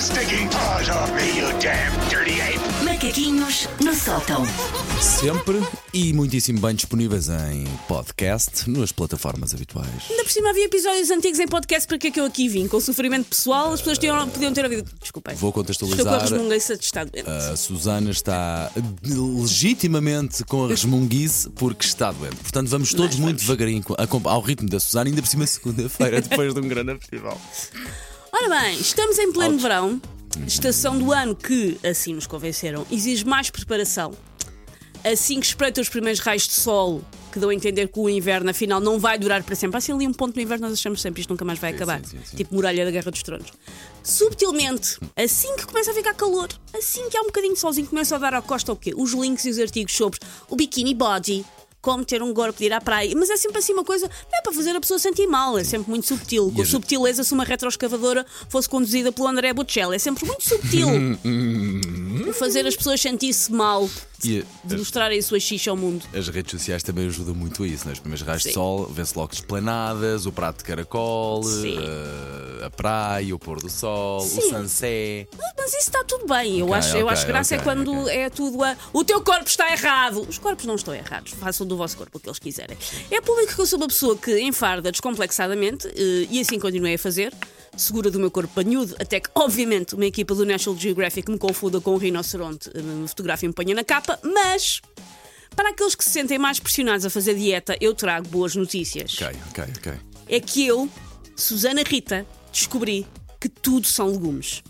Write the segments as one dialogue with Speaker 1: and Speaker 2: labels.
Speaker 1: sticking paws off me, you damn dirty ape!
Speaker 2: Macaquinhos no sótão.
Speaker 3: Sempre e muitíssimo bem disponíveis em podcast nas plataformas habituais.
Speaker 4: Ainda por cima havia episódios antigos em podcast, para que é que eu aqui vim? Com sofrimento pessoal, as pessoas tinham, podiam ter ouvido. Desculpem.
Speaker 3: Vou Ah. contextualizar.
Speaker 4: Estou com a resmunguiça de estar doente.
Speaker 3: A Susana está legitimamente com a resmunguice porque está doente. Portanto, vamos todos muito devagarinho co- a comp- ao ritmo da Susana, ainda por cima segunda-feira, depois de um grande festival.
Speaker 4: Ora bem, estamos em pleno
Speaker 3: Altos.
Speaker 4: verão,
Speaker 3: Uhum.
Speaker 4: estação do ano que, assim nos convenceram, exige mais preparação. Assim que espreita os primeiros raios de sol, que dão a entender que o inverno, afinal, não vai durar para sempre. Há assim ali um ponto no inverno, nós achamos sempre isto nunca mais vai acabar.
Speaker 3: sim, sim, sim.
Speaker 4: Tipo muralha da Guerra dos Tronos. Subtilmente, assim que começa a ficar calor, assim que há um bocadinho de solzinho, começa a dar à costa o quê? Os links e os artigos sobre o bikini body. Como ter um corpo de ir à praia, mas é sempre assim uma coisa, não é para fazer a pessoa sentir mal, é sempre muito subtil. Com
Speaker 3: a gente-
Speaker 4: subtileza se uma retroescavadora fosse conduzida pelo André Bocelli. É sempre muito subtil fazer as pessoas sentir-se mal,
Speaker 3: E
Speaker 4: de mostrarem a sua xixa ao mundo.
Speaker 3: as redes sociais também ajudam muito a isso, não é? Os primeiros raios de sol, vê-se logo esplanadas, o prato de caracol,
Speaker 4: Sim.
Speaker 3: eh, a, praia, o pôr do sol, o
Speaker 4: Sim.
Speaker 3: sansé.
Speaker 4: Ah, Mas isso está tudo bem. Eu
Speaker 3: Ok,
Speaker 4: acho, eu
Speaker 3: ok,
Speaker 4: acho graça
Speaker 3: ok,
Speaker 4: é quando
Speaker 3: ok.
Speaker 4: é tudo a. O teu corpo está errado. Os corpos não estão errados. Façam do vosso corpo o que eles quiserem. É público que eu sou uma pessoa que enfarda descomplexadamente eh, e assim continuei a fazer. Segura do meu corpo banhudo, até que, obviamente, uma equipa do National Geographic me confuda com um rinoceronte, eh, me fotografia e me ponha na capa, mas. Para aqueles que se sentem mais pressionados a fazer dieta, eu trago boas notícias.
Speaker 3: Ok, ok, ok.
Speaker 4: é que eu, Susana Rita, descobri que tudo são legumes.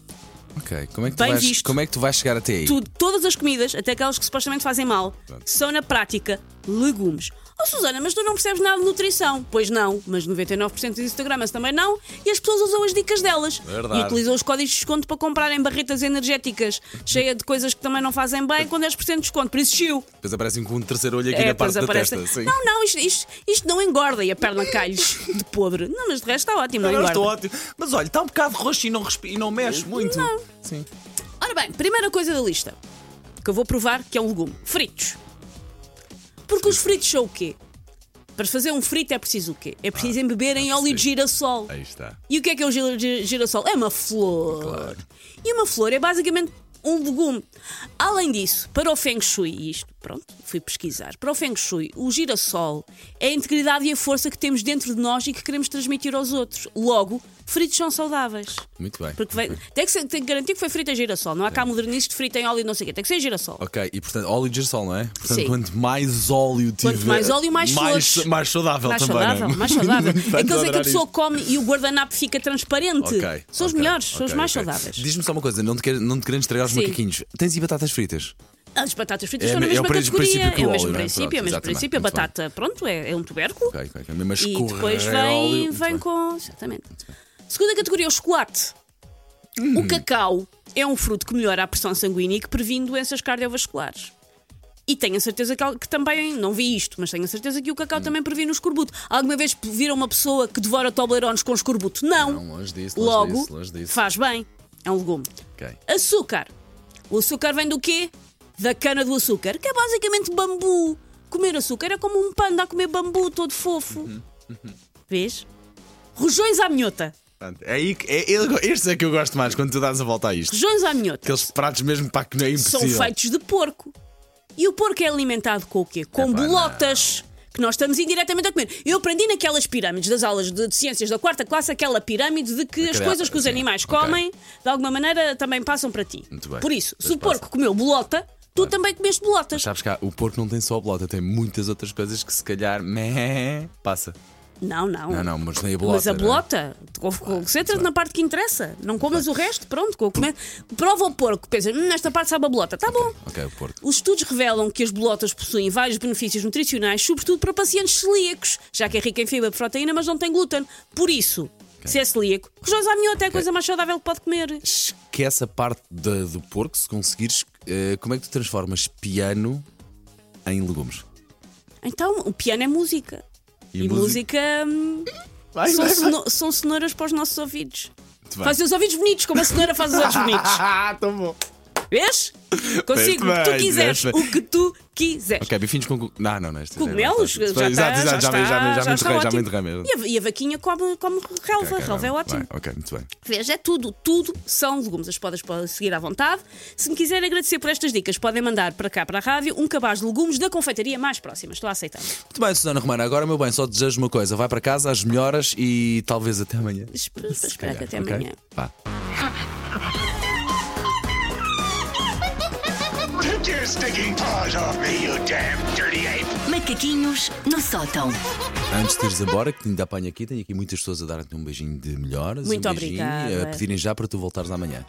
Speaker 3: Ok, como é que, tu
Speaker 4: Bem
Speaker 3: vais,
Speaker 4: visto.
Speaker 3: como é que tu vais chegar até aí?
Speaker 4: Tudo, todas as comidas, até aquelas que supostamente fazem mal, são na prática legumes. Oh Susana, mas tu não percebes nada de nutrição. Pois não, mas 99% dos Instagrams também não, e as pessoas usam as dicas delas.
Speaker 3: Verdade.
Speaker 4: E utilizam os códigos de desconto para comprarem barretas energéticas cheia de coisas que também não fazem bem com 10% de desconto. Por isso, chiu.
Speaker 3: Depois aparecem com um terceiro olho aqui
Speaker 4: É,
Speaker 3: na parte
Speaker 4: pois
Speaker 3: da
Speaker 4: aparece-
Speaker 3: testa. Sim.
Speaker 4: Não, não, isto, isto- isto não engorda e a perna cai-lhes de podre. Não, mas de resto está ótimo, não, engorda.
Speaker 3: ótimo. Mas olha, está um bocado roxo e não, respi- e não mexe muito.
Speaker 4: Não.
Speaker 3: Sim.
Speaker 4: Ora bem, primeira coisa da lista que eu vou provar que é um legume: fritos. Porque os fritos são o quê? Para fazer um frito é preciso o quê? É preciso embeber em óleo de
Speaker 3: percebi.
Speaker 4: girassol.
Speaker 3: Aí está.
Speaker 4: E o que é que é o gi- gi- girassol? É uma flor.
Speaker 3: Claro.
Speaker 4: E uma flor é basicamente um legume. Além disso, para o Feng Shui, e isto, pronto, fui pesquisar. Para o Feng Shui, o girassol é a integridade e a força que temos dentro de nós e que queremos transmitir aos outros. Logo, fritos são saudáveis.
Speaker 3: Muito bem.
Speaker 4: Porque vem-
Speaker 3: Ok.
Speaker 4: tem, que ser- tem que garantir que foi frita em girassol. Não há cá modernistas de frita em óleo e não sei o quê. Tem que ser em girassol.
Speaker 3: Ok, e portanto, óleo de girassol, não é? Portanto,
Speaker 4: Sim.
Speaker 3: quanto mais óleo tiver.
Speaker 4: Quanto mais óleo, mais
Speaker 3: mais,
Speaker 4: flores.
Speaker 3: mais saudável
Speaker 4: Mais
Speaker 3: também.
Speaker 4: saudável,
Speaker 3: não é?
Speaker 4: mais saudável.
Speaker 3: Muito bem,
Speaker 4: Aqueles em que a
Speaker 3: adorar
Speaker 4: pessoa
Speaker 3: isto.
Speaker 4: come e o guardanapo fica transparente.
Speaker 3: Ok,
Speaker 4: são os
Speaker 3: ok,
Speaker 4: melhores, são os
Speaker 3: ok,
Speaker 4: mais
Speaker 3: ok.
Speaker 4: saudáveis.
Speaker 3: Diz-me só uma coisa, não te, quer, não te querendo estragar os
Speaker 4: Sim.
Speaker 3: macaquinhos. Tens e batatas fritas?
Speaker 4: Ah, As batatas fritas
Speaker 3: É
Speaker 4: estão na
Speaker 3: me- é o
Speaker 4: mesma
Speaker 3: prin- princípio
Speaker 4: categoria.
Speaker 3: que o
Speaker 4: é o
Speaker 3: óleo,
Speaker 4: mesmo
Speaker 3: não é?
Speaker 4: princípio,
Speaker 3: Pronto,
Speaker 4: é o mesmo
Speaker 3: exatamente.
Speaker 4: princípio. A
Speaker 3: Muito bem.
Speaker 4: batata, pronto, é, é um tubérculo.
Speaker 3: Ok, ok, ok. Mas
Speaker 4: E depois
Speaker 3: escorrer óleo-
Speaker 4: vem,
Speaker 3: Muito
Speaker 4: vem
Speaker 3: bem.
Speaker 4: com. Exatamente. Segunda categoria, o chocolate.
Speaker 3: Uhum.
Speaker 4: O cacau é um fruto que melhora a pressão sanguínea e que previne doenças cardiovasculares. E tenho a certeza que, al- que também, não vi isto, mas tenho a certeza que o
Speaker 3: Hum.
Speaker 4: cacau também previne o escorbuto. Alguma vez viram uma pessoa que devora toblerones com escorbuto? Não.
Speaker 3: Não, longe disso, longe
Speaker 4: Logo,
Speaker 3: disso, longe disso.
Speaker 4: faz bem. É um legume.
Speaker 3: Ok.
Speaker 4: Açúcar. O açúcar vem do quê? Da cana do açúcar, que é basicamente bambu. Comer açúcar é como um panda a comer bambu todo fofo.
Speaker 3: Uhum,
Speaker 4: Vês? Rojões à minhota.
Speaker 3: Portanto, é aí que- é- eu- estes é que eu gosto mais quando tu dás a volta a isto.
Speaker 4: Rojões à minhota.
Speaker 3: Aqueles pratos mesmo para que não é
Speaker 4: São
Speaker 3: impossível.
Speaker 4: feitos de porco. E o porco é alimentado com o quê? Com
Speaker 3: Epá,
Speaker 4: bolotas. Que nós estamos indiretamente a comer. Eu aprendi naquelas pirâmides das aulas de, de ciências da quarta classe, aquela pirâmide de que as
Speaker 3: Aquela-
Speaker 4: coisas que os
Speaker 3: sim,
Speaker 4: animais
Speaker 3: ok.
Speaker 4: comem, de alguma maneira, também passam para ti.
Speaker 3: Muito bem.
Speaker 4: Por isso, se
Speaker 3: Mas
Speaker 4: o porco
Speaker 3: passa.
Speaker 4: comeu bolota, tu também comeste bolotas.
Speaker 3: Sabes cá, o porco não tem só a bolota, tem muitas outras coisas que se calhar meh, passa.
Speaker 4: Não, não.
Speaker 3: Não, não, mas tem a bolota.
Speaker 4: Mas a
Speaker 3: não é?
Speaker 4: bolota, co- co- concentra-te na parte que interessa. Não comas o resto, pronto. co- Come... Prova o porco, pensa, "Hum, nesta parte sabe a bolota. Tá bom.
Speaker 3: Ok, o porco.
Speaker 4: Os estudos revelam que as bolotas possuem vários benefícios nutricionais, sobretudo para pacientes celíacos, já que é rica em fibra de proteína, mas não tem glúten. Por isso, se é celíaco, rojões à minhota é a coisa mais saudável que pode comer.
Speaker 3: Esquece a parte da- do porco, se conseguires. eh, como é que tu transformas piano em legumes?
Speaker 4: Então, o piano é música. E, música, hum,
Speaker 3: Vai,
Speaker 4: são,
Speaker 3: vai, vai.
Speaker 4: sono- são cenouras para os nossos ouvidos.
Speaker 3: bem.
Speaker 4: Fazem os ouvidos bonitos, como a cenoura faz os olhos bonitos.
Speaker 3: Ah, tão bom.
Speaker 4: Vês? Consigo o que
Speaker 3: Veste
Speaker 4: tu
Speaker 3: bem,
Speaker 4: quiseres.
Speaker 3: veste bem.
Speaker 4: o que tu quiseres.
Speaker 3: Ok, bifinhos com. cu- Não, não, não. este- é
Speaker 4: Cogumelos? Já
Speaker 3: Pois,
Speaker 4: está,
Speaker 3: Exato,
Speaker 4: já
Speaker 3: exato, já me-
Speaker 4: está,
Speaker 3: já me- já
Speaker 4: já
Speaker 3: me
Speaker 4: está
Speaker 3: enterrei, já me
Speaker 4: ótimo.
Speaker 3: enterrei mesmo.
Speaker 4: E a, e a vaquinha come, come relva.
Speaker 3: Ok,
Speaker 4: relva é
Speaker 3: bem,
Speaker 4: ótimo.
Speaker 3: bem, Ok, muito bem.
Speaker 4: Veja, é tudo, tudo são legumes. As podas podem seguir à vontade. Se me quiserem agradecer por estas dicas, podem mandar para cá, para a rádio, um cabaz de legumes da confeitaria mais próxima. Estou a aceitar.
Speaker 3: Muito bem, Susana Romana. Agora, meu bem, só desejo uma coisa: vai para casa às melhoras e talvez até amanhã.
Speaker 4: Espe- Espero que até
Speaker 3: Ok?
Speaker 4: amanhã.
Speaker 3: Vá.
Speaker 1: Take your stinking paws off me, you damn dirty ape!
Speaker 2: Macaquinhos no sótão.
Speaker 3: Antes de ires embora, que ainda apanho aqui, tenho aqui muitas pessoas a dar-te um beijinho de melhoras.
Speaker 4: Muito
Speaker 3: um beijinho,
Speaker 4: obrigada.
Speaker 3: A pedirem já para tu voltares amanhã.